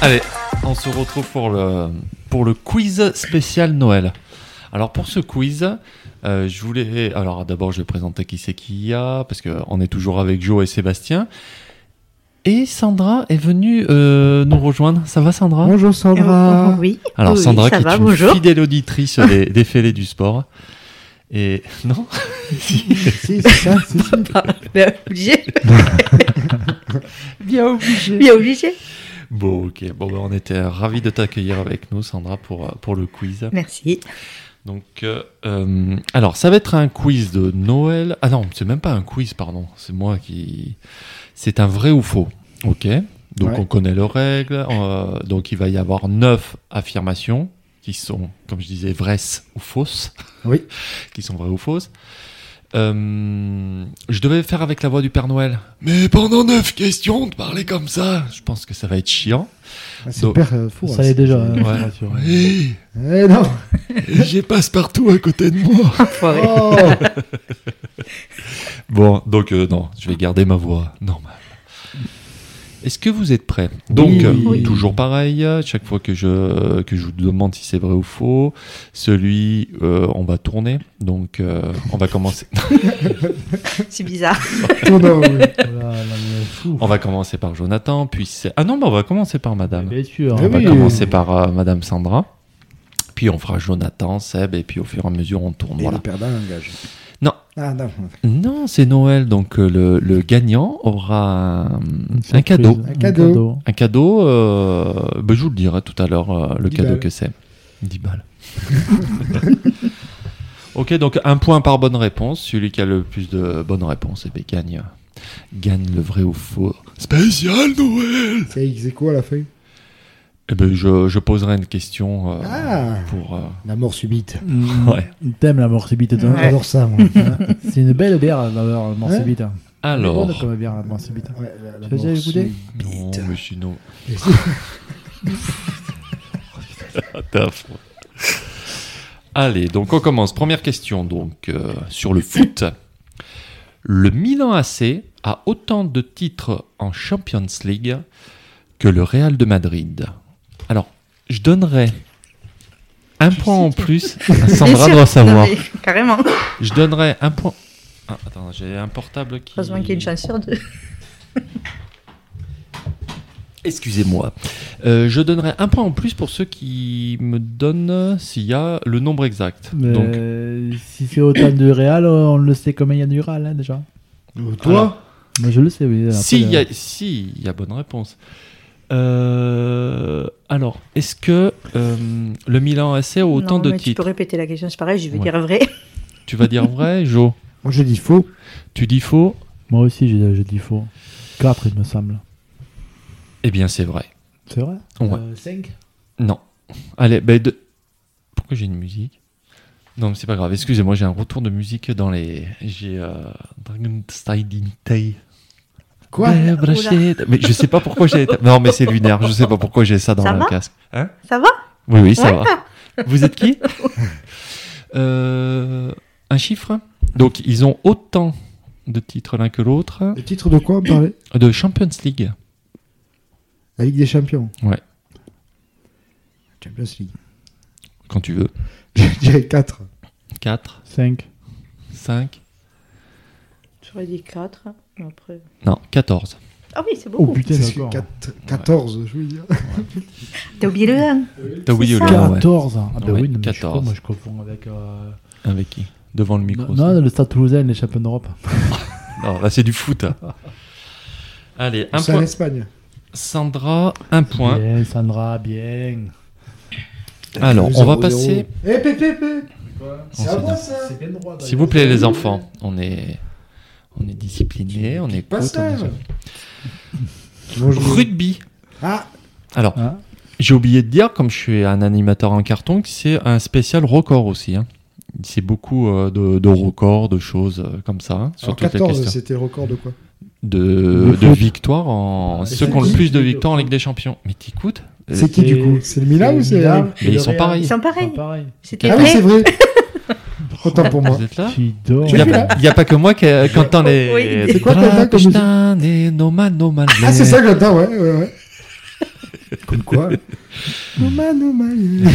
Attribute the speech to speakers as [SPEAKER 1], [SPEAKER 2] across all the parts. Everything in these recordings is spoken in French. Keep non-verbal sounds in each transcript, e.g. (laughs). [SPEAKER 1] Allez, on se retrouve pour le, pour le quiz spécial Noël. Alors pour ce quiz, euh, je voulais... Alors d'abord je vais présenter qui c'est qui y a, parce qu'on est toujours avec Joe et Sébastien. Et Sandra est venue euh, nous rejoindre. Ça va Sandra
[SPEAKER 2] Bonjour Sandra.
[SPEAKER 3] Oui.
[SPEAKER 1] Alors
[SPEAKER 3] Oui,
[SPEAKER 1] Sandra
[SPEAKER 3] ça
[SPEAKER 1] qui
[SPEAKER 3] va,
[SPEAKER 1] est une
[SPEAKER 3] bonjour.
[SPEAKER 1] fidèle auditrice
[SPEAKER 3] (laughs)
[SPEAKER 1] des, des fêlés du sport. Et non
[SPEAKER 2] (laughs)
[SPEAKER 1] (laughs)
[SPEAKER 2] si, c'est ça, si, si.
[SPEAKER 3] Bah, bien obligé.
[SPEAKER 2] (laughs) Bien obligé.
[SPEAKER 3] Bien obligé.
[SPEAKER 1] Bon ok, bon, ben, on était ravis de t'accueillir avec nous Sandra pour, euh, pour le quiz.
[SPEAKER 3] Merci.
[SPEAKER 1] Donc, euh, euh, alors, ça va être un quiz de Noël. Ah non, c'est même pas un quiz, pardon. C'est moi qui. C'est un vrai ou faux. Ok. Donc,
[SPEAKER 2] Ouais.
[SPEAKER 1] on connaît les règles. euh, donc, il va y avoir neuf affirmations qui sont, comme je disais, vraies ou fausses.
[SPEAKER 2] Oui.
[SPEAKER 1] (laughs) qui sont vraies ou fausses. Euh, je devais faire avec la voix du Père Noël. Mais pendant neuf questions, de parler comme ça, je pense que ça va être chiant.
[SPEAKER 2] Ah, C'est
[SPEAKER 1] Donc,
[SPEAKER 2] hyper euh, fou.
[SPEAKER 4] Ça l'est déjà. hein,
[SPEAKER 1] Ouais.
[SPEAKER 4] je te rassure.
[SPEAKER 1] Hé,
[SPEAKER 2] Eh non
[SPEAKER 1] j'ai passe-partout à côté de moi.
[SPEAKER 3] Enfoiré.
[SPEAKER 2] Oh
[SPEAKER 1] Bon, donc euh, non, je vais garder ma voix normale. Est-ce que vous êtes prêts Donc,
[SPEAKER 2] Oui.
[SPEAKER 1] euh,
[SPEAKER 2] Oui.
[SPEAKER 1] toujours pareil, euh, chaque fois que je, que je vous demande si c'est vrai ou faux, celui, euh, on va tourner. Donc, euh, on va commencer.
[SPEAKER 3] C'est bizarre.
[SPEAKER 2] Ton nom, oui.
[SPEAKER 4] Oh là là, mais fou.
[SPEAKER 1] on va commencer par Jonathan, puis c'est- Ah non, bah, on va commencer par Madame.
[SPEAKER 4] Bien sûr.
[SPEAKER 2] Ah
[SPEAKER 1] On va
[SPEAKER 2] oui.
[SPEAKER 1] commencer par euh, Madame Sandra. Puis on fera Jonathan, Seb, et puis au fur et à mesure, on tourne.
[SPEAKER 2] Et
[SPEAKER 1] Voilà.
[SPEAKER 2] le perdant engage.
[SPEAKER 1] Non.
[SPEAKER 2] Ah non.
[SPEAKER 1] Non, c'est Noël, donc euh, le, le gagnant aura un-
[SPEAKER 4] Une
[SPEAKER 1] un
[SPEAKER 4] surprise,
[SPEAKER 1] cadeau.
[SPEAKER 2] Un cadeau.
[SPEAKER 1] Un cadeau, euh, ben, je vous le dirai tout à l'heure, euh, le
[SPEAKER 2] 10
[SPEAKER 1] cadeau
[SPEAKER 2] balles.
[SPEAKER 1] que c'est. 10 balles. (laughs) ok, donc un point par bonne réponse. Celui qui a le plus de bonnes réponses, et ben, gagne, euh, gagne le vrai ou faux. Spécial Noël
[SPEAKER 2] C'est ex aequo à la fin.
[SPEAKER 1] Eh ben, je, je poserai une question euh,
[SPEAKER 2] Ah.
[SPEAKER 1] pour... euh,
[SPEAKER 2] La mort subite.
[SPEAKER 1] Ouais.
[SPEAKER 4] T'aimes la mort subite, toi.
[SPEAKER 3] Ouais.
[SPEAKER 2] J'adore ça, (laughs) moi.
[SPEAKER 4] Hein C'est une belle bière, la mort mort
[SPEAKER 2] Hein
[SPEAKER 4] subite. hein. Elle est bonne
[SPEAKER 1] Alors...
[SPEAKER 4] comme bière, la mort subite.
[SPEAKER 2] Ouais, la, la
[SPEAKER 4] Tu as déjà
[SPEAKER 2] mort
[SPEAKER 4] goûté
[SPEAKER 1] Non,
[SPEAKER 2] subite.
[SPEAKER 1] mais sinon... (laughs)
[SPEAKER 2] Et c'est-
[SPEAKER 1] T'es affreux. Allez, donc on commence. Première question donc euh, sur le foot. Le Milan AC a autant de titres en Champions League que le Real de Madrid. Alors, je donnerai un point en
[SPEAKER 3] (laughs)
[SPEAKER 1] plus. Sandra
[SPEAKER 3] Bien sûr.
[SPEAKER 1] doit savoir.
[SPEAKER 3] Non, mais carrément.
[SPEAKER 1] Je donnerai un point. Ah, attends, j'ai un portable qui.
[SPEAKER 3] Heureusement qu'il y a une chance sur deux.
[SPEAKER 1] Excusez-moi. Euh, je donnerai un point en plus pour ceux qui me donnent s'il y a le nombre exact.
[SPEAKER 4] Mais
[SPEAKER 1] Donc,
[SPEAKER 4] Euh, si c'est autant de Real, on le sait combien il y a du Real hein, déjà.
[SPEAKER 2] Ou Euh, Toi
[SPEAKER 1] alors,
[SPEAKER 4] Moi je le sais, oui. après,
[SPEAKER 1] Si, il y,
[SPEAKER 4] euh,
[SPEAKER 1] a- si, il y a bonne réponse. Euh, alors, est-ce que euh, le Milan AC a autant
[SPEAKER 3] Non,
[SPEAKER 1] de
[SPEAKER 3] mais Tu peux
[SPEAKER 1] titres
[SPEAKER 3] répéter la question, c'est pareil, je vais
[SPEAKER 1] Ouais.
[SPEAKER 3] dire vrai.
[SPEAKER 1] Tu vas dire vrai, Jo
[SPEAKER 2] Moi, je dis faux.
[SPEAKER 1] Tu dis faux
[SPEAKER 4] Moi aussi j'ai j'ai dit faux. 4 il me semble.
[SPEAKER 1] Eh bien, c'est vrai.
[SPEAKER 4] C'est vrai
[SPEAKER 1] Ouais.
[SPEAKER 2] Euh,
[SPEAKER 4] 5
[SPEAKER 1] Non. Allez, ben, de- pourquoi j'ai une musique Non, mais c'est pas grave. Excusez-moi, j'ai un retour de musique dans les. J'ai euh, Dragon Style Tay.
[SPEAKER 2] Quoi
[SPEAKER 1] Mais je sais pas pourquoi j'ai. Non, mais c'est lunaire. Je sais pas pourquoi j'ai ça dans
[SPEAKER 3] Ça
[SPEAKER 1] le
[SPEAKER 3] va
[SPEAKER 1] casque. Hein
[SPEAKER 3] Ça va
[SPEAKER 1] Oui, oui, ça
[SPEAKER 3] Ouais.
[SPEAKER 1] va. Vous êtes
[SPEAKER 3] (laughs)
[SPEAKER 1] qui Euh, Un chiffre Donc, ils ont autant de titres l'un que l'autre.
[SPEAKER 2] Le titre de quoi on parlait
[SPEAKER 1] De Champions League.
[SPEAKER 2] La Ligue des Champions.
[SPEAKER 1] Ouais.
[SPEAKER 2] Champions League. (laughs)
[SPEAKER 1] Quand tu veux.
[SPEAKER 2] Je dirais 4.
[SPEAKER 1] 4,
[SPEAKER 4] 5.
[SPEAKER 1] 5,
[SPEAKER 3] J'aurais dit 4. Après...
[SPEAKER 1] non, 14.
[SPEAKER 3] Ah oui, c'est
[SPEAKER 4] Oh
[SPEAKER 3] beaucoup.
[SPEAKER 4] putain, d'accord.
[SPEAKER 2] 14, je veux dire.
[SPEAKER 3] T'as oublié le 1.
[SPEAKER 1] T'as oublié
[SPEAKER 3] ça.
[SPEAKER 1] le nom, ouais.
[SPEAKER 4] 14 hein. Ah bah
[SPEAKER 1] Ouais,
[SPEAKER 4] oui, non, mais je suis
[SPEAKER 1] 14.
[SPEAKER 4] con, moi je confonds avec... euh,
[SPEAKER 1] Avec qui Devant le micro.
[SPEAKER 4] non,
[SPEAKER 1] ça.
[SPEAKER 4] non, le Stade Toulousain, les champions d'Europe.
[SPEAKER 1] Non, là, c'est du foot. hein. Allez, un
[SPEAKER 2] C'est en
[SPEAKER 1] point.
[SPEAKER 2] Espagne.
[SPEAKER 1] Sandra, un point.
[SPEAKER 4] Bien, Sandra, bien.
[SPEAKER 1] Alors, on va
[SPEAKER 2] 0-0.
[SPEAKER 1] passer.
[SPEAKER 2] Eh, pépé, pépé
[SPEAKER 1] On
[SPEAKER 2] C'est à
[SPEAKER 1] s'est
[SPEAKER 2] moi,
[SPEAKER 1] dit.
[SPEAKER 2] ça
[SPEAKER 4] bien droit.
[SPEAKER 1] S'il vous plaît, les enfants, on est, on est disciplinés, on est
[SPEAKER 2] Pas ça
[SPEAKER 3] hein,
[SPEAKER 2] (laughs) Bonjour.
[SPEAKER 1] Rugby.
[SPEAKER 2] Ah,
[SPEAKER 1] Alors,
[SPEAKER 4] Hein
[SPEAKER 1] J'ai oublié de dire, comme je suis un animateur en carton, que c'est un spécial record aussi. hein. C'est beaucoup euh, de, de records, de choses euh, comme ça, hein, sur
[SPEAKER 2] alors
[SPEAKER 1] toutes les
[SPEAKER 2] 14,
[SPEAKER 1] questions.
[SPEAKER 2] c'était le record de quoi
[SPEAKER 1] De,
[SPEAKER 4] Le
[SPEAKER 1] de
[SPEAKER 4] foot.
[SPEAKER 1] victoires, en...
[SPEAKER 4] Ah,
[SPEAKER 1] ceux
[SPEAKER 2] c'est
[SPEAKER 1] qui ont le
[SPEAKER 2] qui
[SPEAKER 1] plus de
[SPEAKER 4] qui
[SPEAKER 1] victoires en
[SPEAKER 4] le
[SPEAKER 1] Ligue des Champions. Mais t'écoutes Euh,
[SPEAKER 2] C'est qui, du coup C'est le Milan ou c'est-
[SPEAKER 1] Mais ils sont pareils.
[SPEAKER 3] Ils sont pareils. C'était
[SPEAKER 2] Ah oui,
[SPEAKER 3] vrai.
[SPEAKER 2] c'est vrai (laughs) Autant pour moi.
[SPEAKER 1] Vous êtes là
[SPEAKER 4] Tu dors.
[SPEAKER 1] Il n'y a, pas- il y a pas que moi qui euh, qui entend les.
[SPEAKER 3] Oui.
[SPEAKER 2] C'est quoi, t'entends comme musique
[SPEAKER 1] Drakenstein et Noman, Noman,
[SPEAKER 2] Ah, c'est
[SPEAKER 1] mais-
[SPEAKER 2] ça que j'entends, ouais, Oh, ouais, ouais. (laughs) Comme quoi Noma, Noma, yeah.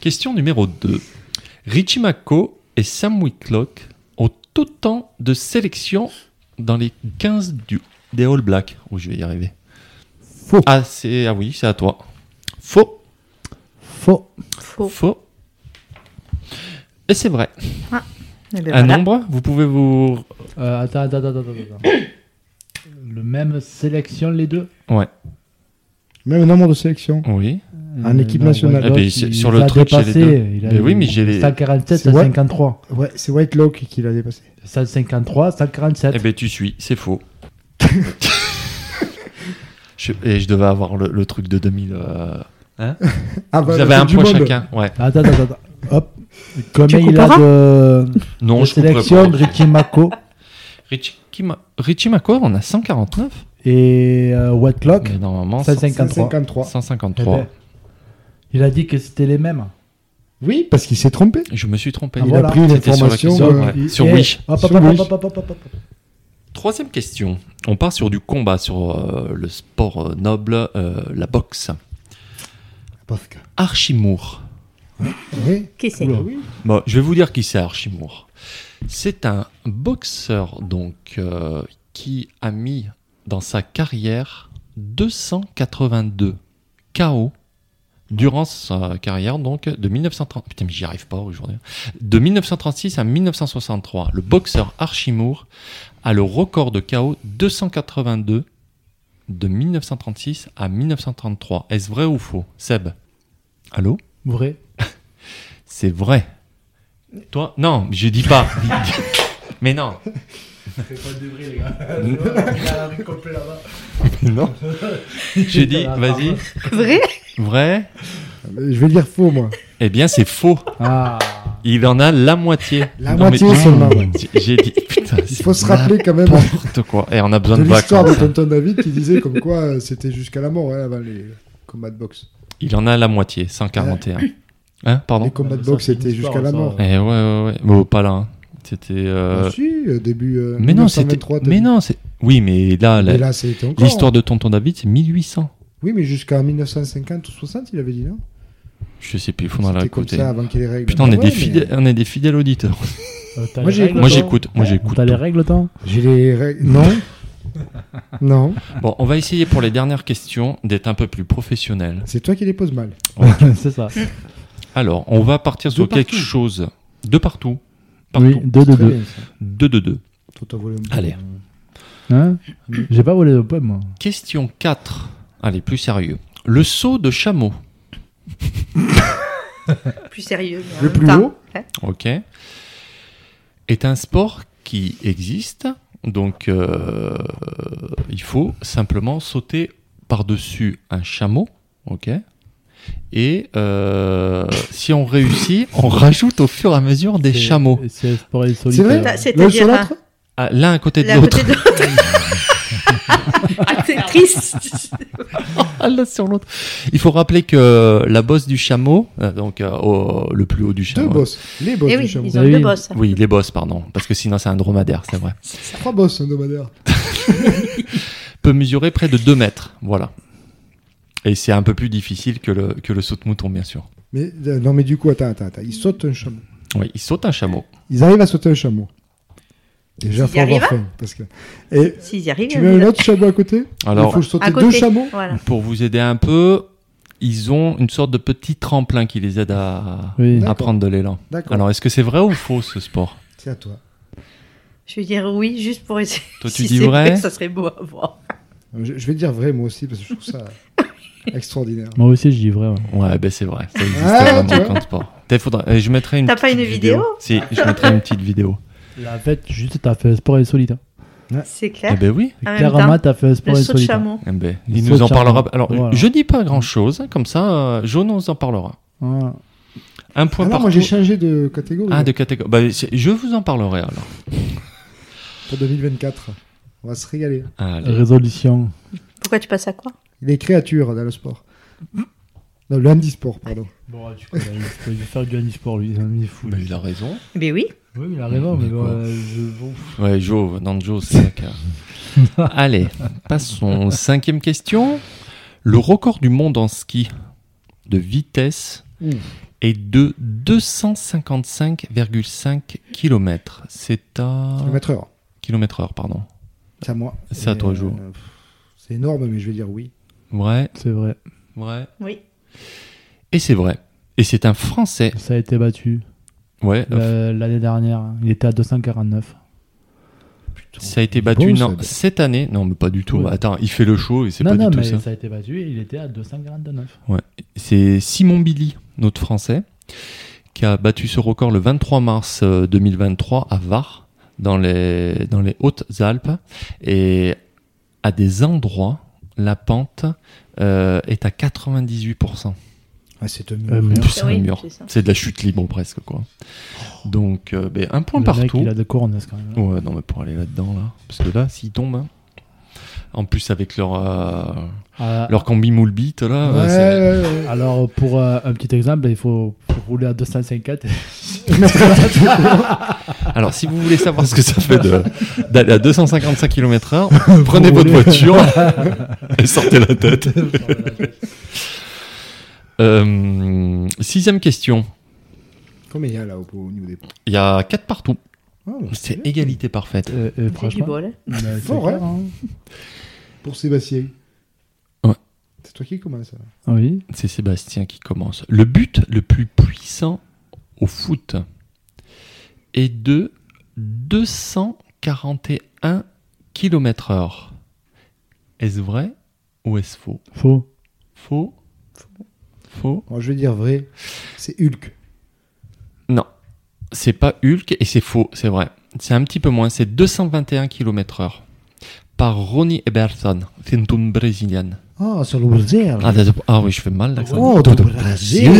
[SPEAKER 1] Question numéro 2. Richie Mako et Sam Whitlock ont autant de sélections dans les 15 du, des All Blacks. Oh, je vais y arriver.
[SPEAKER 4] Faux.
[SPEAKER 1] Ah, c'est, ah oui, c'est à toi. Faux.
[SPEAKER 4] Faux.
[SPEAKER 3] Faux.
[SPEAKER 1] Faux. Et c'est vrai.
[SPEAKER 3] Eh ben
[SPEAKER 1] Un
[SPEAKER 3] voilà.
[SPEAKER 1] nombre, vous pouvez vous.
[SPEAKER 4] Euh, attends, attends, attends, attends, attends. Le même sélection les deux
[SPEAKER 1] Ouais,
[SPEAKER 2] Même nombre de sélections.
[SPEAKER 1] oui.
[SPEAKER 4] Euh,
[SPEAKER 2] En équipe nationale.
[SPEAKER 1] Ah, ben, c'est- sur le truc, j'ai les deux.
[SPEAKER 4] Il a
[SPEAKER 1] Mais oui, mais j'ai les-
[SPEAKER 4] 147
[SPEAKER 2] C'est
[SPEAKER 4] à
[SPEAKER 2] what
[SPEAKER 4] 53.
[SPEAKER 2] Ouais, c'est Whitelock qui l'a dépassé.
[SPEAKER 4] 153, 147.
[SPEAKER 1] Eh ben, tu suis, c'est faux. je, et je devais avoir le, le truc de 2000. euh,
[SPEAKER 2] Ah,
[SPEAKER 1] Vous
[SPEAKER 2] la
[SPEAKER 1] avez un
[SPEAKER 2] Coupe du
[SPEAKER 1] point
[SPEAKER 2] Monde.
[SPEAKER 1] chacun. Ouais.
[SPEAKER 4] Attends, attends, attends. Hop. Combien il a
[SPEAKER 3] couperas
[SPEAKER 4] de,
[SPEAKER 1] Non,
[SPEAKER 4] de
[SPEAKER 1] je couperai
[SPEAKER 4] sélection
[SPEAKER 1] pas.
[SPEAKER 4] Ricky Mako
[SPEAKER 1] Richie, Kim- Richie Mako, on a 149.
[SPEAKER 4] et euh, Whitelock
[SPEAKER 1] Mais normalement,
[SPEAKER 4] 153.
[SPEAKER 2] 53.
[SPEAKER 1] 153.
[SPEAKER 4] Eh ben. Il a dit que c'était les mêmes.
[SPEAKER 2] Oui, parce qu'il s'est trompé.
[SPEAKER 1] Je me suis trompé.
[SPEAKER 4] Ah
[SPEAKER 2] Il
[SPEAKER 4] voilà.
[SPEAKER 2] a pris une
[SPEAKER 1] C'était sur la
[SPEAKER 2] information.
[SPEAKER 1] question,
[SPEAKER 2] euh,
[SPEAKER 1] ouais.
[SPEAKER 2] il-
[SPEAKER 1] Sur
[SPEAKER 4] Eh,
[SPEAKER 1] Wish.
[SPEAKER 4] Hop,
[SPEAKER 2] Sur
[SPEAKER 4] hop, hop,
[SPEAKER 2] Wish.
[SPEAKER 4] hop, hop, hop, hop, hop.
[SPEAKER 1] Troisième question. On part sur du combat, sur euh, le sport euh, noble, euh, la boxe.
[SPEAKER 2] Paf, que-
[SPEAKER 1] Archimour.
[SPEAKER 2] Oui.
[SPEAKER 3] Qui c'est
[SPEAKER 4] Oula.
[SPEAKER 1] Bon, je vais vous dire qui c'est Archimour. C'est un boxeur donc euh, qui a mis dans sa carrière 282 KO durant sa carrière donc de 1930 putain mais j'y arrive pas aujourd'hui hein. de 1936 à 1963 le boxeur Archimour a le record de KO 282 de 1936 à 1933 est-ce vrai ou faux Seb allô
[SPEAKER 4] (laughs) Vrai.
[SPEAKER 1] c'est vrai. Toi Non, je dis pas. Mais non. Non. Je dis, vas-y.
[SPEAKER 3] Vrai
[SPEAKER 1] Vrai
[SPEAKER 2] Euh, Je vais dire faux, moi.
[SPEAKER 1] Eh bien, c'est faux.
[SPEAKER 4] Ah.
[SPEAKER 1] Il en a la moitié.
[SPEAKER 2] La
[SPEAKER 1] Non, mais-
[SPEAKER 2] moitié seulement.
[SPEAKER 1] J'ai dit, putain,
[SPEAKER 2] Il
[SPEAKER 1] c'est
[SPEAKER 2] faut se rappeler quand même
[SPEAKER 1] n'importe quoi. Et on a besoin
[SPEAKER 2] de
[SPEAKER 1] de,
[SPEAKER 2] l'histoire de
[SPEAKER 1] vacances.
[SPEAKER 2] Tonton David qui disait comme quoi euh, c'était jusqu'à la mort hein, avant les combats de boxe.
[SPEAKER 1] Il en a la moitié, 141. Hein,
[SPEAKER 2] Les
[SPEAKER 1] pardon
[SPEAKER 2] combats de
[SPEAKER 4] Ça,
[SPEAKER 2] boxe
[SPEAKER 4] c'est
[SPEAKER 2] c'était
[SPEAKER 4] une histoire,
[SPEAKER 2] jusqu'à la
[SPEAKER 4] ça.
[SPEAKER 2] mort.
[SPEAKER 1] Eh ouais, ouais, ouais. Bon, pas là. hein. C'était. euh,
[SPEAKER 2] Ah, si, euh, début euh,
[SPEAKER 1] Mais non, c'était.
[SPEAKER 2] 1923, t'as
[SPEAKER 1] Mais
[SPEAKER 2] dit.
[SPEAKER 1] non, c'est. Oui, mais là, la-
[SPEAKER 2] Mais là, c'était encore.
[SPEAKER 1] l'histoire de Tonton David, c'est 1800.
[SPEAKER 2] Oui, mais jusqu'à 1950 ou 60, il avait dit non.
[SPEAKER 1] Je sais plus, il faudra la
[SPEAKER 2] C'était comme
[SPEAKER 1] écouter.
[SPEAKER 2] ça avant qu'il les règles.
[SPEAKER 1] Putain, on
[SPEAKER 2] Ah
[SPEAKER 1] est,
[SPEAKER 2] ouais,
[SPEAKER 1] des
[SPEAKER 2] mais
[SPEAKER 1] fidèles, on est des fidèles auditeurs.
[SPEAKER 4] Euh, t'as
[SPEAKER 2] Moi,
[SPEAKER 4] les
[SPEAKER 2] j'ai-
[SPEAKER 4] règles,
[SPEAKER 1] Moi
[SPEAKER 4] toi
[SPEAKER 1] j'écoute, moi j'écoute.
[SPEAKER 4] T'as les règles, toi
[SPEAKER 2] J'ai les
[SPEAKER 1] (laughs)
[SPEAKER 2] règles. Non. non.
[SPEAKER 1] Bon, on va essayer pour les dernières questions d'être un peu plus professionnel.
[SPEAKER 2] C'est toi qui les poses mal.
[SPEAKER 4] C'est ça.
[SPEAKER 1] Alors, on va partir sur
[SPEAKER 2] De
[SPEAKER 1] quelque
[SPEAKER 2] partout.
[SPEAKER 1] chose de partout.
[SPEAKER 4] Oui,
[SPEAKER 1] Partout.
[SPEAKER 4] 2 de
[SPEAKER 2] Très
[SPEAKER 4] 2.
[SPEAKER 2] bien, ça.
[SPEAKER 1] Deux, deux, deux.
[SPEAKER 2] Toi, t'as volé un peu.
[SPEAKER 1] Allez.
[SPEAKER 4] Hein J'ai pas volé le poème, moi.
[SPEAKER 1] Question 4. Allez, plus sérieux. Le saut de chameau.
[SPEAKER 3] Plus sérieux. Hein? mais en
[SPEAKER 2] Le
[SPEAKER 3] même
[SPEAKER 2] plus
[SPEAKER 3] temps.
[SPEAKER 2] haut
[SPEAKER 1] Ok. Est un sport qui existe. Donc, euh, il faut simplement sauter par-dessus un chameau. Ok. Et euh, si on réussit, on rajoute au fur et à mesure des
[SPEAKER 4] C'est-
[SPEAKER 1] chameaux.
[SPEAKER 4] C'est un sport insolite.
[SPEAKER 2] C'est vrai
[SPEAKER 4] euh,
[SPEAKER 3] T'as-
[SPEAKER 2] L'un sur
[SPEAKER 3] C'est-à-dire
[SPEAKER 2] l'autre
[SPEAKER 1] Ah, l'un à côté de
[SPEAKER 3] l'un à
[SPEAKER 1] l'autre.
[SPEAKER 3] côté de l'autre. Ah, (laughs) c'est triste.
[SPEAKER 1] Ah, l'un sur l'autre. Il faut rappeler que euh, la bosse du chameau, euh, donc euh, au- le plus haut du
[SPEAKER 2] Deux
[SPEAKER 1] chameau.
[SPEAKER 2] bosses. Les bosses
[SPEAKER 3] Eh
[SPEAKER 2] du
[SPEAKER 3] oui,
[SPEAKER 2] chameau.
[SPEAKER 3] ils ont
[SPEAKER 4] Oui.
[SPEAKER 3] deux bosses.
[SPEAKER 1] Oui, les bosses, pardon. Parce que sinon, c'est un dromadaire, c'est vrai.
[SPEAKER 2] Trois bosses, un dromadaire.
[SPEAKER 1] peut mesurer près de 2 mètres. Voilà. Et c'est un peu plus difficile que le, que le saut de mouton, bien sûr.
[SPEAKER 2] Mais, euh, non, mais du coup, attends, attends, attends. Ils sautent un chameau.
[SPEAKER 1] Oui, il saute un chameau.
[SPEAKER 2] Ils arrivent à sauter un chameau. Déjà,
[SPEAKER 3] Ils y
[SPEAKER 2] faut avoir
[SPEAKER 3] arrivent
[SPEAKER 2] faim. Parce que... Et
[SPEAKER 3] S'ils y arrivent,
[SPEAKER 2] tu
[SPEAKER 3] ils
[SPEAKER 2] mets
[SPEAKER 3] y
[SPEAKER 2] un
[SPEAKER 3] arrivent.
[SPEAKER 2] autre chameau à côté Il
[SPEAKER 1] Alors,
[SPEAKER 2] faut sauter
[SPEAKER 3] à côté.
[SPEAKER 2] deux chameaux
[SPEAKER 3] Voilà.
[SPEAKER 1] pour vous aider un peu, ils ont une sorte de petit tremplin qui les aide à,
[SPEAKER 4] Oui.
[SPEAKER 1] à
[SPEAKER 2] D'accord.
[SPEAKER 1] prendre de l'élan.
[SPEAKER 2] D'accord,
[SPEAKER 1] Alors, est-ce que c'est vrai ou faux ce sport
[SPEAKER 2] c'est à toi.
[SPEAKER 3] Je vais dire oui, juste pour essayer. (laughs)
[SPEAKER 1] Toi, tu
[SPEAKER 3] Si
[SPEAKER 1] dis
[SPEAKER 3] c'est
[SPEAKER 1] vrai
[SPEAKER 3] Ça serait beau à voir.
[SPEAKER 2] Je, je vais dire vrai, moi aussi, parce que je trouve ça
[SPEAKER 3] (laughs)
[SPEAKER 2] extraordinaire.
[SPEAKER 4] Moi aussi, je dis vrai. ouais.
[SPEAKER 1] Ouais, ben c'est vrai. Ça existe
[SPEAKER 2] Ah, tu
[SPEAKER 1] vraiment
[SPEAKER 2] vois.
[SPEAKER 1] comme sport. Peut-être faudra- euh, Je mettrai une
[SPEAKER 3] T'as
[SPEAKER 1] petite
[SPEAKER 3] pas une vidéo
[SPEAKER 1] Si, je mettrai une petite
[SPEAKER 3] (laughs)
[SPEAKER 1] vidéo.
[SPEAKER 4] La fête, juste, t'as fait un sport insolite. hein.
[SPEAKER 3] C'est
[SPEAKER 1] Eh
[SPEAKER 3] clair.
[SPEAKER 1] ben oui.
[SPEAKER 3] En même
[SPEAKER 4] Clairement,
[SPEAKER 3] temps,
[SPEAKER 4] t'as fait un
[SPEAKER 3] Le
[SPEAKER 4] sport
[SPEAKER 3] saut de
[SPEAKER 4] insolite.
[SPEAKER 3] chameau.
[SPEAKER 1] Eh ben, il
[SPEAKER 4] Saut
[SPEAKER 1] nous
[SPEAKER 4] de
[SPEAKER 1] en parlera.
[SPEAKER 4] chameau.
[SPEAKER 1] Alors,
[SPEAKER 4] Voilà.
[SPEAKER 1] je dis pas grand-chose, comme ça, euh, Jaune nous en parlera.
[SPEAKER 4] Ouais.
[SPEAKER 1] Un
[SPEAKER 2] Ah
[SPEAKER 1] point
[SPEAKER 2] non,
[SPEAKER 1] par
[SPEAKER 2] moi j'ai changé de catégorie
[SPEAKER 1] Ah,
[SPEAKER 2] là,
[SPEAKER 1] de catégorie. Bah, c'est- je vous en parlerai alors.
[SPEAKER 2] pour 2024. On va se régaler.
[SPEAKER 1] Allez.
[SPEAKER 2] Euh,
[SPEAKER 4] Résolution.
[SPEAKER 3] Pourquoi tu passes à quoi
[SPEAKER 2] Les créatures dans le sport. Non, le handisport, pardon.
[SPEAKER 4] Bon, tu connais, il faut faire du handisport, lui. hein, Il est fou.
[SPEAKER 1] Mais il a raison.
[SPEAKER 3] Ben oui.
[SPEAKER 4] Oui, il a raison, mais
[SPEAKER 1] Mais
[SPEAKER 4] bon,
[SPEAKER 1] quoi
[SPEAKER 4] euh, je. bon.
[SPEAKER 1] Ouais,
[SPEAKER 4] (laughs)
[SPEAKER 1] Joe, non, Joe, c'est ça. qu'a- Allez, passons. Cinquième question. Le record du monde en ski de vitesse
[SPEAKER 4] Ouh.
[SPEAKER 1] est de 255,5 km. C'est à
[SPEAKER 2] Kilomètre heure.
[SPEAKER 1] km heure, pardon.
[SPEAKER 2] C'est à moi.
[SPEAKER 1] Ah. C'est à
[SPEAKER 2] Et,
[SPEAKER 1] toi, Jo.
[SPEAKER 2] euh, pff, C'est énorme, mais je vais dire oui.
[SPEAKER 1] Ouais,
[SPEAKER 4] C'est vrai.
[SPEAKER 1] ouais.
[SPEAKER 3] Oui.
[SPEAKER 1] Et c'est vrai. Et c'est un Français.
[SPEAKER 4] Ça a été battu
[SPEAKER 1] Ouais.
[SPEAKER 4] euh, l'année dernière. hein. Il était à 249.
[SPEAKER 1] Ça a été
[SPEAKER 2] Bon,
[SPEAKER 1] battu
[SPEAKER 2] ça,
[SPEAKER 1] non,
[SPEAKER 2] bah.
[SPEAKER 1] cette année. Non, mais pas du tout.
[SPEAKER 4] Ouais.
[SPEAKER 1] Attends, il fait le show et c'est
[SPEAKER 4] non,
[SPEAKER 1] pas
[SPEAKER 4] non,
[SPEAKER 1] du tout
[SPEAKER 4] mais
[SPEAKER 1] ça.
[SPEAKER 4] a été battu et il était à 249.
[SPEAKER 1] C'est Simon Billy, notre Français, qui a battu ce record le 23 mars euh, 2023 à Var, dans les, dans les Hautes-Alpes. Et à des endroits, la pente euh, est à 98%.
[SPEAKER 2] Ah, c'est un
[SPEAKER 4] Euh, merde.
[SPEAKER 1] Putain,
[SPEAKER 3] Eh Oui,
[SPEAKER 1] le mur.
[SPEAKER 3] c'est ça.
[SPEAKER 1] C'est de la chute libre presque, quoi. Donc, euh, ben, un point
[SPEAKER 4] le Mec,
[SPEAKER 1] partout.
[SPEAKER 4] il a de cornes quand même.
[SPEAKER 1] Ouais, non, mais pour aller là-dedans, là. Parce que là, s'ils tombent. hein. En plus, avec leur, euh,
[SPEAKER 4] Ah,
[SPEAKER 1] leur combi moule bite, là.
[SPEAKER 2] Ouais,
[SPEAKER 1] euh, c'est-
[SPEAKER 2] ouais, ouais.
[SPEAKER 4] Alors, pour euh, un petit exemple, il faut, faut rouler à 254.
[SPEAKER 1] Alors, si vous voulez savoir ce que ça fait (laughs) de- d'aller à 255 km/h, prenez votre
[SPEAKER 4] roulez.
[SPEAKER 1] (laughs) voiture et sortez la tête. Euh, sixième question.
[SPEAKER 2] Combien il y a là au, au niveau des points
[SPEAKER 1] Il y a quatre partout.
[SPEAKER 2] Ah, bah,
[SPEAKER 1] C'est
[SPEAKER 2] bien.
[SPEAKER 1] égalité parfaite.
[SPEAKER 4] Euh, euh,
[SPEAKER 3] J'ai du
[SPEAKER 1] (laughs)
[SPEAKER 4] franchement,
[SPEAKER 3] bol. hein.
[SPEAKER 4] bah, c'est
[SPEAKER 2] Fort,
[SPEAKER 4] clair, hein.
[SPEAKER 2] Pour Sébastien.
[SPEAKER 1] Ouais.
[SPEAKER 2] C'est toi qui commence. là.
[SPEAKER 4] Oui.
[SPEAKER 1] C'est Sébastien qui commence. Le but le plus puissant au foot est de 241 km/h. Est-ce vrai ou est-ce faux
[SPEAKER 4] Faux.
[SPEAKER 1] Faux Faux
[SPEAKER 2] Moi, je vais dire vrai. C'est Hulk.
[SPEAKER 1] Non, c'est pas Hulk et c'est faux, c'est vrai. C'est un petit peu moins, c'est 221 km/h par Ronnie Eberson. C'est une tombe brésilienne.
[SPEAKER 2] Ah, sur le Brésil.
[SPEAKER 1] Ah, d'accord. Ah oui, je fais mal l'accent.
[SPEAKER 2] Oh, de Brésil.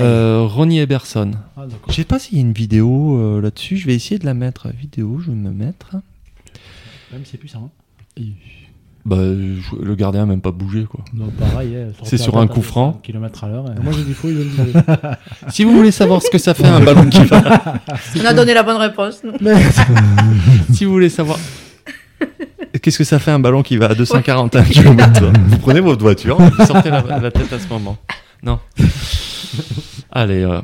[SPEAKER 1] Euh, Ronnie Eberson.
[SPEAKER 4] Ah, d'accord.
[SPEAKER 1] Je sais pas s'il y a une vidéo euh, là-dessus, je vais essayer de la mettre. Vidéo, je vais me mettre.
[SPEAKER 4] Même c'est plus ça. hein.
[SPEAKER 1] Bah, je- le gardien a même pas bougé (laughs) quoi.
[SPEAKER 4] Non, pareil. hein, sortir
[SPEAKER 1] C'est
[SPEAKER 4] à
[SPEAKER 1] sur
[SPEAKER 4] droite
[SPEAKER 1] un
[SPEAKER 4] à
[SPEAKER 1] coup franc.
[SPEAKER 4] 200 kilomètres à l'heure. eh. et-
[SPEAKER 2] Moi, j'ai dit faux, ils ont dit vrai.
[SPEAKER 1] Si vous voulez savoir ce que ça fait (laughs) un ballon qui va,
[SPEAKER 3] On a donné la bonne réponse. nous.
[SPEAKER 1] si vous voulez savoir qu'est-ce que ça fait un ballon qui va à 241 km, vous prenez votre voiture, vous sortez la, la tête à ce moment. Non. Allez. euh,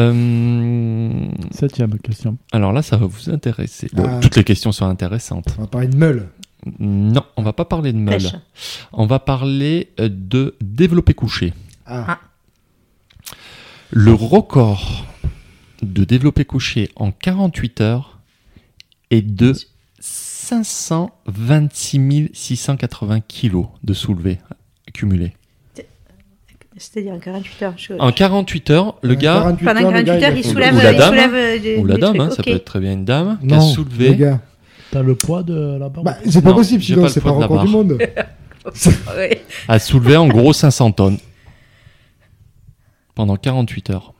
[SPEAKER 1] euh,
[SPEAKER 4] (laughs) Septième question.
[SPEAKER 1] alors là, ça va vous intéresser. Bon,
[SPEAKER 2] Ah.
[SPEAKER 1] Toutes les questions sont intéressantes.
[SPEAKER 2] On va parler de meule.
[SPEAKER 1] Non, on va pas parler de meule.
[SPEAKER 3] Pêche.
[SPEAKER 1] On va parler euh, de développer couché.
[SPEAKER 2] Ah,
[SPEAKER 1] Le record de développé couché en 48 heures est de 526 680 kilos de soulevé cumulé.
[SPEAKER 3] C'est-à-dire en 48 heures. je-
[SPEAKER 1] En 48 heures, le gars,
[SPEAKER 2] 48
[SPEAKER 3] Pendant
[SPEAKER 2] heures, le
[SPEAKER 3] 48
[SPEAKER 2] gars,
[SPEAKER 3] heures,
[SPEAKER 2] a
[SPEAKER 3] il
[SPEAKER 2] fait-
[SPEAKER 3] soulève,
[SPEAKER 1] Ou la
[SPEAKER 3] il
[SPEAKER 1] dame.
[SPEAKER 3] soulève euh, des,
[SPEAKER 1] ou la
[SPEAKER 3] des
[SPEAKER 1] dame,
[SPEAKER 3] trucs.
[SPEAKER 1] hein, ça
[SPEAKER 3] ok.
[SPEAKER 1] peut être très bien une dame, qui a
[SPEAKER 2] Non, le
[SPEAKER 1] soulevé.
[SPEAKER 2] gars.
[SPEAKER 4] T'as le poids de la barre
[SPEAKER 2] Bah, c'est pas
[SPEAKER 1] Non,
[SPEAKER 2] possible,
[SPEAKER 1] j'ai
[SPEAKER 2] sinon
[SPEAKER 1] pas le
[SPEAKER 2] c'est pas
[SPEAKER 1] poids de la
[SPEAKER 2] record du
[SPEAKER 1] barre. (laughs)
[SPEAKER 2] monde.
[SPEAKER 3] Ouais.
[SPEAKER 1] a soulevé en gros 500 tonnes pendant 48 heures.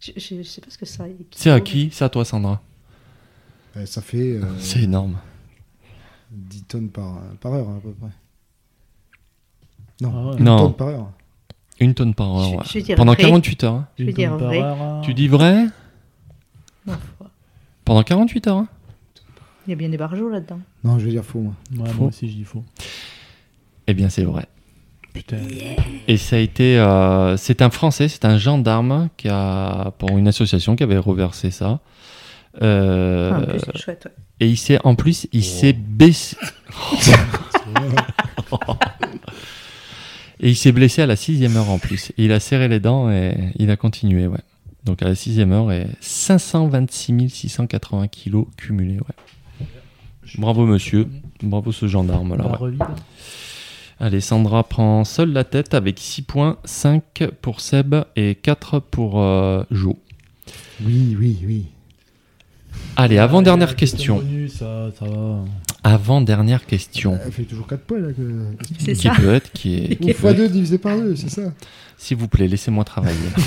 [SPEAKER 3] Je, je- je sais pas ce que ça.
[SPEAKER 1] C'est à qui C'est à toi, Sandra.
[SPEAKER 2] Euh, Ça fait euh,
[SPEAKER 1] C'est énorme.
[SPEAKER 2] 10 tonnes par, par heure, à peu près.
[SPEAKER 4] Ah
[SPEAKER 2] Non,
[SPEAKER 4] ouais.
[SPEAKER 2] 10
[SPEAKER 1] Ah Non.
[SPEAKER 2] tonnes par heure.
[SPEAKER 1] Une tonne par heure.
[SPEAKER 3] Je-
[SPEAKER 1] ouais.
[SPEAKER 3] je dirais
[SPEAKER 1] Pendant
[SPEAKER 3] vrai.
[SPEAKER 1] 48 heures. hein.
[SPEAKER 3] Je veux dire vrai.
[SPEAKER 4] hein.
[SPEAKER 1] Tu dis vrai Pendant 48 heures. hein.
[SPEAKER 3] Il y a bien des barjots là-dedans.
[SPEAKER 2] Non, je vais dire faux, moi.
[SPEAKER 4] Ouais,
[SPEAKER 1] Faux.
[SPEAKER 4] moi aussi, je dis faux.
[SPEAKER 1] Eh bien, c'est vrai.
[SPEAKER 4] Putain.
[SPEAKER 1] Et ça a été. euh, c'est un Français, c'est un gendarme qui a, pour une association qui avait reversé ça. Euh,
[SPEAKER 3] Ah, en plus, c'est chouette. ouais.
[SPEAKER 1] et il s'est, en plus, il s'est blessé. et il s'est blessé à la sixième heure en plus. Et il a serré les dents et il a continué, ouais. Donc à la sixième heure et 526 680 kilos cumulés, ouais. Bravo monsieur, bravo ce gendarme là. ouais.
[SPEAKER 4] Barre vide.
[SPEAKER 1] Allez, Sandra prend seule la tête avec 6 points, 5 pour Seb et 4 pour euh, Jo.
[SPEAKER 2] (laughs) Oui, oui, oui.
[SPEAKER 1] Allez,
[SPEAKER 4] Ah,
[SPEAKER 1] avant-dernière
[SPEAKER 4] la question
[SPEAKER 1] question.
[SPEAKER 4] bonus, ça, ça va.
[SPEAKER 1] Avant-dernière question.
[SPEAKER 2] Elle fait toujours 4 points, là. Que...
[SPEAKER 3] C'est
[SPEAKER 1] Qui
[SPEAKER 3] ça.
[SPEAKER 1] peut être, qui est.
[SPEAKER 2] Ou
[SPEAKER 1] qui peut
[SPEAKER 2] x2
[SPEAKER 1] être-
[SPEAKER 2] divisé par 2, c'est ça
[SPEAKER 1] S'il vous plaît, laissez-moi travailler. (laughs)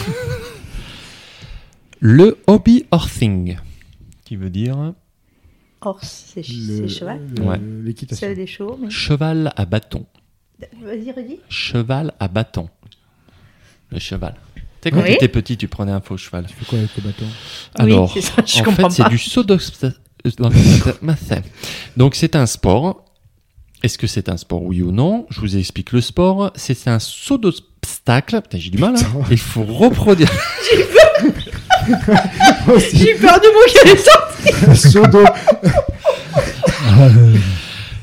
[SPEAKER 1] Le hobby horsing, qui veut dire
[SPEAKER 3] Horse, c'est hein. ch-
[SPEAKER 2] Le-
[SPEAKER 3] c'est cheval.
[SPEAKER 2] le-
[SPEAKER 1] Ouais.
[SPEAKER 2] L'équitation.
[SPEAKER 3] C'est des chevaux. mais-
[SPEAKER 1] cheval à bâton.
[SPEAKER 3] Vas-y, redis.
[SPEAKER 1] Cheval à bâton. Le cheval. Tu sais, quand
[SPEAKER 3] Oui.
[SPEAKER 1] tu étais petit, tu prenais un faux cheval.
[SPEAKER 2] Tu fais quoi avec le bâton
[SPEAKER 1] Alors,
[SPEAKER 3] oui, c'est ça, je
[SPEAKER 1] en
[SPEAKER 3] comprends
[SPEAKER 1] fait, euh, c'est
[SPEAKER 3] pas.
[SPEAKER 1] du saut d'obstacle. Donc, c'est un sport Est-ce que c'est un sport, oui ou non Je vous explique le sport. C'est un saut d'obstacle. Putain, j'ai du mal. hein.
[SPEAKER 2] Putain.
[SPEAKER 1] Il faut reproduire.
[SPEAKER 2] (laughs)
[SPEAKER 3] J'ai eu peur du mot qui allait
[SPEAKER 1] (laughs)
[SPEAKER 3] sortir.
[SPEAKER 2] Sodo.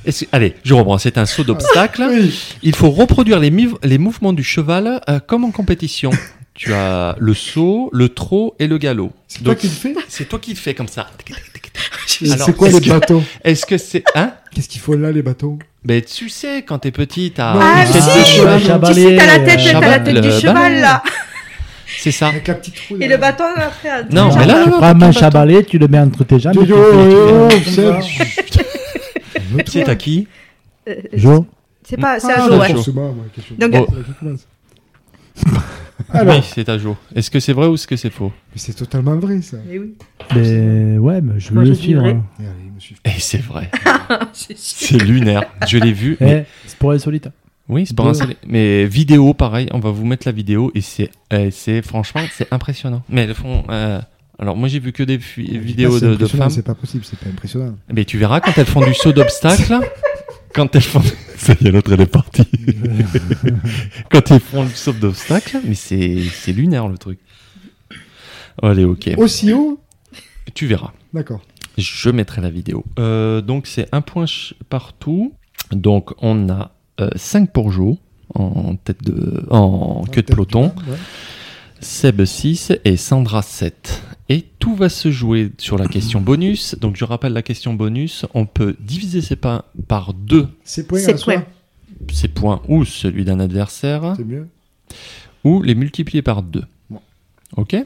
[SPEAKER 1] Est-ce- Allez, je reprends. C'est un saut d'obstacle.
[SPEAKER 2] Oui.
[SPEAKER 1] Il faut reproduire les, miv- les mouvements du cheval euh, comme en compétition. tu as le saut, le trot et le galop.
[SPEAKER 2] C'est toi
[SPEAKER 1] Donc,
[SPEAKER 2] qui le fais
[SPEAKER 1] C'est toi qui le fais comme ça.
[SPEAKER 2] Et
[SPEAKER 1] (laughs) Alors,
[SPEAKER 2] C'est quoi
[SPEAKER 1] est-ce
[SPEAKER 2] les
[SPEAKER 1] que-
[SPEAKER 2] bateaux
[SPEAKER 1] Est-ce que c'est. Hein
[SPEAKER 2] Qu'est-ce qu'il faut là, les bateaux
[SPEAKER 1] Ben, tu sais, quand t'es petit, t'as.
[SPEAKER 2] Ah,
[SPEAKER 1] une tête
[SPEAKER 2] si
[SPEAKER 1] de cheval.
[SPEAKER 4] Tu
[SPEAKER 3] Tu sais, t'as la tête, t'as la tête du
[SPEAKER 1] Chabal,
[SPEAKER 3] cheval là.
[SPEAKER 1] C'est ça.
[SPEAKER 2] Avec la petite roue. là.
[SPEAKER 3] Et le bâton après. à-
[SPEAKER 1] Non, mais là, non,
[SPEAKER 4] Tu
[SPEAKER 1] non,
[SPEAKER 4] prends un
[SPEAKER 1] t'as
[SPEAKER 4] manche
[SPEAKER 1] pas-
[SPEAKER 4] à balai, tu le mets entre tes
[SPEAKER 1] Ah,
[SPEAKER 4] jambes.
[SPEAKER 2] Yo,
[SPEAKER 4] et tu
[SPEAKER 2] yo,
[SPEAKER 4] fais le truc.
[SPEAKER 1] hein.
[SPEAKER 2] yo,
[SPEAKER 4] Comme ça.
[SPEAKER 2] Seb.
[SPEAKER 1] C'est à qui
[SPEAKER 3] Euh, euh,
[SPEAKER 4] Jo,
[SPEAKER 3] C'est pas, c'est
[SPEAKER 1] Ah,
[SPEAKER 3] hein.
[SPEAKER 1] d'accord.
[SPEAKER 3] un jour, ouais.
[SPEAKER 1] Jo.
[SPEAKER 2] Forcément, moi, quelque chose.
[SPEAKER 3] Donc, euh,
[SPEAKER 1] Bon.
[SPEAKER 2] Ouais, je commence. Alors,
[SPEAKER 1] Oui, c'est à jour. Est-ce que c'est vrai ou est-ce que c'est faux
[SPEAKER 2] mais c'est totalement vrai ça.
[SPEAKER 3] mais oui,
[SPEAKER 4] mais ouais, mais je veux
[SPEAKER 3] Moi, je
[SPEAKER 4] le suivre.
[SPEAKER 3] dirais.
[SPEAKER 4] hein.
[SPEAKER 2] Et allez, ils me suivent.
[SPEAKER 1] Eh, c'est vrai.
[SPEAKER 3] (laughs) c'est sûr.
[SPEAKER 1] C'est lunaire. Je l'ai vu. mais-
[SPEAKER 4] Eh, euh, c'est pour insolite.
[SPEAKER 2] Eh,
[SPEAKER 1] Oui, c'est pas
[SPEAKER 4] Deux.
[SPEAKER 1] installé. Mais vidéo, pareil, on va vous mettre la vidéo et c'est, euh, c'est franchement, c'est impressionnant. Mais elles font. euh, alors moi, j'ai vu que des fu-
[SPEAKER 2] Je dis
[SPEAKER 1] vidéos
[SPEAKER 2] pas, c'est
[SPEAKER 1] de, de
[SPEAKER 2] impressionnant,
[SPEAKER 1] femmes.
[SPEAKER 2] C'est pas possible, c'est pas impressionnant.
[SPEAKER 1] Mais tu verras quand elles font du saut d'obstacle. Quand elles
[SPEAKER 2] (laughs)
[SPEAKER 1] font. Ça y est, l'autre, elle est partie. quand elles font le saut d'obstacle, mais c'est, c'est lunaire le truc. Allez, ok.
[SPEAKER 2] Aussi haut
[SPEAKER 1] Tu verras.
[SPEAKER 2] D'accord.
[SPEAKER 1] Je mettrai la vidéo. Euh, donc c'est un point ch- partout. Donc on a 5 pour Jo en tête de en queue de peloton,
[SPEAKER 2] Ah, Ouais.
[SPEAKER 1] Seb 6 et Sandra 7. Et tout va se jouer sur la question bonus. Donc je rappelle la question bonus, on peut diviser ses points par 2
[SPEAKER 2] C'est point
[SPEAKER 3] C'est
[SPEAKER 2] à soi.
[SPEAKER 3] point.
[SPEAKER 1] ses points ou celui d'un adversaire
[SPEAKER 2] C'est mieux.
[SPEAKER 1] ou les multiplier par 2.
[SPEAKER 2] Ouais.
[SPEAKER 1] Ok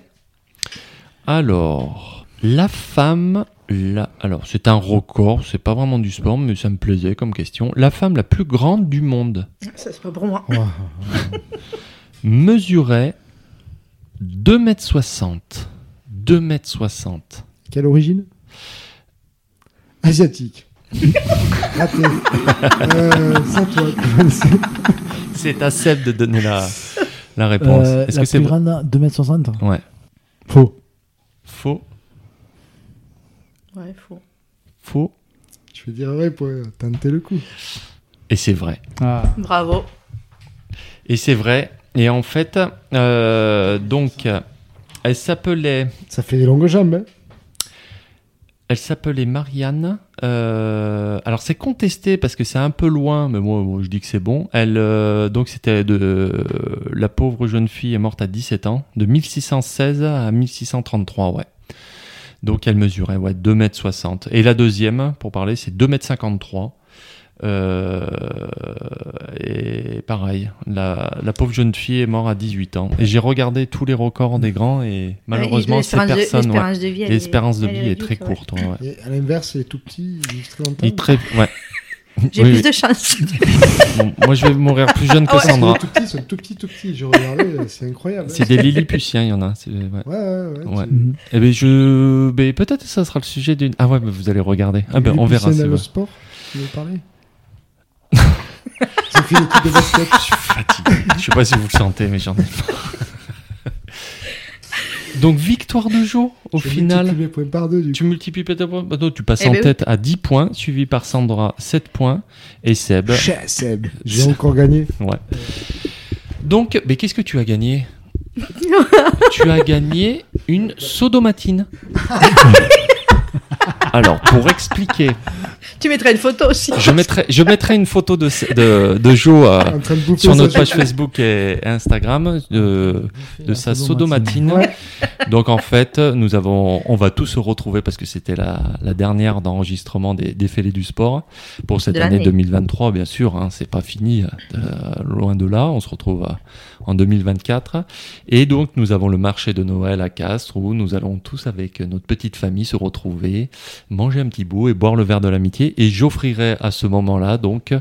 [SPEAKER 1] Alors, la femme. La... Alors, c'est un record, c'est pas vraiment du sport, mais ça me plaisait comme question. La femme la plus grande du monde
[SPEAKER 3] Ça, c'est pas pour moi.
[SPEAKER 2] Ouah.
[SPEAKER 1] mesurait 2m60. 2m60. (laughs)
[SPEAKER 2] Quelle origine Asiatique. (laughs) Raté. Euh, sans toi. (laughs)
[SPEAKER 1] C'est à Seb de donner la, (laughs) la réponse.
[SPEAKER 4] Euh,
[SPEAKER 1] Est-ce
[SPEAKER 4] la
[SPEAKER 1] que c'est
[SPEAKER 4] plus
[SPEAKER 1] vrai
[SPEAKER 4] grande, 2m60
[SPEAKER 1] Ouais.
[SPEAKER 4] Faux.
[SPEAKER 1] Faux
[SPEAKER 3] Ouais, faux.
[SPEAKER 1] Faux
[SPEAKER 2] Je vais dire vrai pour tenter le coup.
[SPEAKER 1] Et c'est vrai.
[SPEAKER 4] Ah.
[SPEAKER 3] Bravo.
[SPEAKER 1] Et c'est vrai. Et en fait, euh, donc, euh, elle s'appelait,
[SPEAKER 2] Ça fait des longues jambes. Hein.
[SPEAKER 1] elle s'appelait Marianne. Euh, alors c'est contesté parce que c'est un peu loin, mais moi, moi, je dis que c'est bon. Elle, euh, donc c'était de la pauvre jeune fille est morte à 17 ans, de 1616 à 1633, ouais. Donc elle mesurait ouais 2 m 60. Et la deuxième, pour parler, c'est 2 m 53. Euh, et pareil, la, la pauvre jeune fille est morte à 18 ans. Et j'ai regardé tous les records des grands et malheureusement
[SPEAKER 3] Ouais,
[SPEAKER 1] ces
[SPEAKER 3] l'espérance
[SPEAKER 1] personnes, ouais,
[SPEAKER 3] de- L'espérance de vie, elle est-
[SPEAKER 1] l'espérance de
[SPEAKER 3] elle
[SPEAKER 1] vie est
[SPEAKER 3] réduite,
[SPEAKER 1] très
[SPEAKER 3] ouais.
[SPEAKER 1] courte. hein,
[SPEAKER 3] (laughs)
[SPEAKER 1] ouais, ouais.
[SPEAKER 2] Et à l'inverse, les tout petits, ils vivent très longtemps.
[SPEAKER 1] Il est très, ouais.
[SPEAKER 3] J'ai
[SPEAKER 1] Oui,
[SPEAKER 3] plus
[SPEAKER 1] oui.
[SPEAKER 3] de chance.
[SPEAKER 1] Bon, moi, je vais mourir plus jeune que
[SPEAKER 3] Ah ouais.
[SPEAKER 2] Parce que
[SPEAKER 1] Sandra.
[SPEAKER 2] Les tout petits sont tout petits, tout petits. J'ai regardé, euh, c'est incroyable. hein.
[SPEAKER 1] C'est des lilliputiens, il y en a. c'est- ouais.
[SPEAKER 2] Ouais, ouais, ouais.
[SPEAKER 1] Ouais.
[SPEAKER 2] tu-
[SPEAKER 1] Eh ben, je, ben, peut-être ça sera le sujet d'une. Ah ouais, mais vous allez regarder. Ah ben, on verra.
[SPEAKER 2] Lilliputienne
[SPEAKER 1] c'est
[SPEAKER 2] dans
[SPEAKER 1] vrai.
[SPEAKER 2] le sport, tu veux parler
[SPEAKER 1] (laughs)
[SPEAKER 2] J'ai fait l'équipe de basket.
[SPEAKER 1] Fatigué. Je sais pas si vous le sentez, mais j'en ai marre. (laughs) Donc victoire de Jo au
[SPEAKER 2] J'ai
[SPEAKER 1] final.
[SPEAKER 2] multiplié point par deux, du
[SPEAKER 1] Tu multiplies peut-être par- bah non, tu passes
[SPEAKER 3] Eh
[SPEAKER 1] en
[SPEAKER 3] ben oui.
[SPEAKER 1] tête à 10 points, suivi par Sandra 7 points et Seb.
[SPEAKER 2] coup. Chez Seb. J'ai encore gagné.
[SPEAKER 1] Ouais. Donc, mais qu'est-ce que tu as gagné Tu as gagné une sodomatine. Alors, pour expliquer,
[SPEAKER 3] (laughs) tu mettrais une photo aussi.
[SPEAKER 1] je mettrai, je mettrai une photo de, ce- de, de Jo euh,
[SPEAKER 2] En train de bouffer
[SPEAKER 1] sur
[SPEAKER 2] sa
[SPEAKER 1] notre page
[SPEAKER 2] chaussure.
[SPEAKER 1] Facebook et Instagram euh, de, de sa sodomatine.
[SPEAKER 2] Ouais.
[SPEAKER 1] (laughs) Donc, en fait, nous avons, on va tous se retrouver parce que c'était la, la dernière d'enregistrement des, des Fêlés du Sport pour cette
[SPEAKER 3] De
[SPEAKER 1] année
[SPEAKER 3] l'année.
[SPEAKER 1] 2023, bien sûr. hein, c'est pas fini, euh, loin de là. On se retrouve euh, en 2024. Et donc, nous avons le marché de Noël à Castres où nous allons tous avec notre petite famille se retrouver, manger un petit bout et boire le verre de l'amitié. Et j'offrirai à ce moment-là, donc,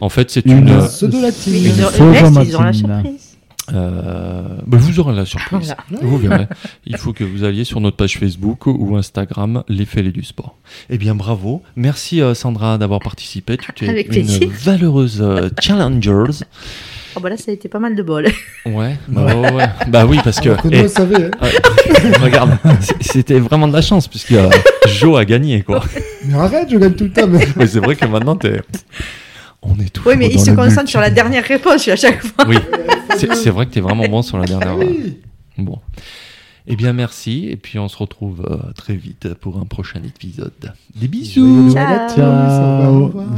[SPEAKER 1] en fait, c'est une.
[SPEAKER 4] Une-
[SPEAKER 1] euh,
[SPEAKER 3] Mais
[SPEAKER 2] Sodolatine.
[SPEAKER 3] ils,
[SPEAKER 4] Une
[SPEAKER 3] ont,
[SPEAKER 4] photo,
[SPEAKER 3] le reste, ils ont la
[SPEAKER 4] Mathilde.
[SPEAKER 3] surprise.
[SPEAKER 1] euh, bah, vous aurez la surprise.
[SPEAKER 3] Voilà.
[SPEAKER 1] Vous verrez. Il faut que vous alliez sur notre page Facebook ou Instagram, les fêlés du sport. Eh bien, bravo. Merci euh, Sandra d'avoir participé. Tu es
[SPEAKER 3] Avec
[SPEAKER 1] une
[SPEAKER 3] plaisir.
[SPEAKER 1] valeureuse euh, challengers.
[SPEAKER 3] Oh, bah là, ça a été pas mal de bol.
[SPEAKER 1] Ouais. Bah, ouais, ouais. bah oui, parce que.
[SPEAKER 2] Alors que
[SPEAKER 1] eh,
[SPEAKER 2] nous, on savait. hein.
[SPEAKER 1] euh, regarde, c- c'était vraiment de la chance puisque euh, Jo a gagné quoi.
[SPEAKER 2] Mais arrête, je gagne tout le temps. mais-
[SPEAKER 1] Mais c'est vrai que maintenant t'es. On est toujours
[SPEAKER 3] Oui, mais il
[SPEAKER 1] dans
[SPEAKER 3] se
[SPEAKER 1] le
[SPEAKER 3] concentre
[SPEAKER 1] multi.
[SPEAKER 3] sur la dernière réponse à chaque fois.
[SPEAKER 1] Oui, c'est c'est vrai que tu es vraiment bon sur la
[SPEAKER 2] Ah
[SPEAKER 1] dernière.
[SPEAKER 2] oui
[SPEAKER 1] Bon. Eh bien, merci. Et puis, on se retrouve euh, très vite pour un prochain épisode. Des bisous.
[SPEAKER 4] Bisous.
[SPEAKER 3] Ciao.
[SPEAKER 4] Ciao.
[SPEAKER 2] Au revoir.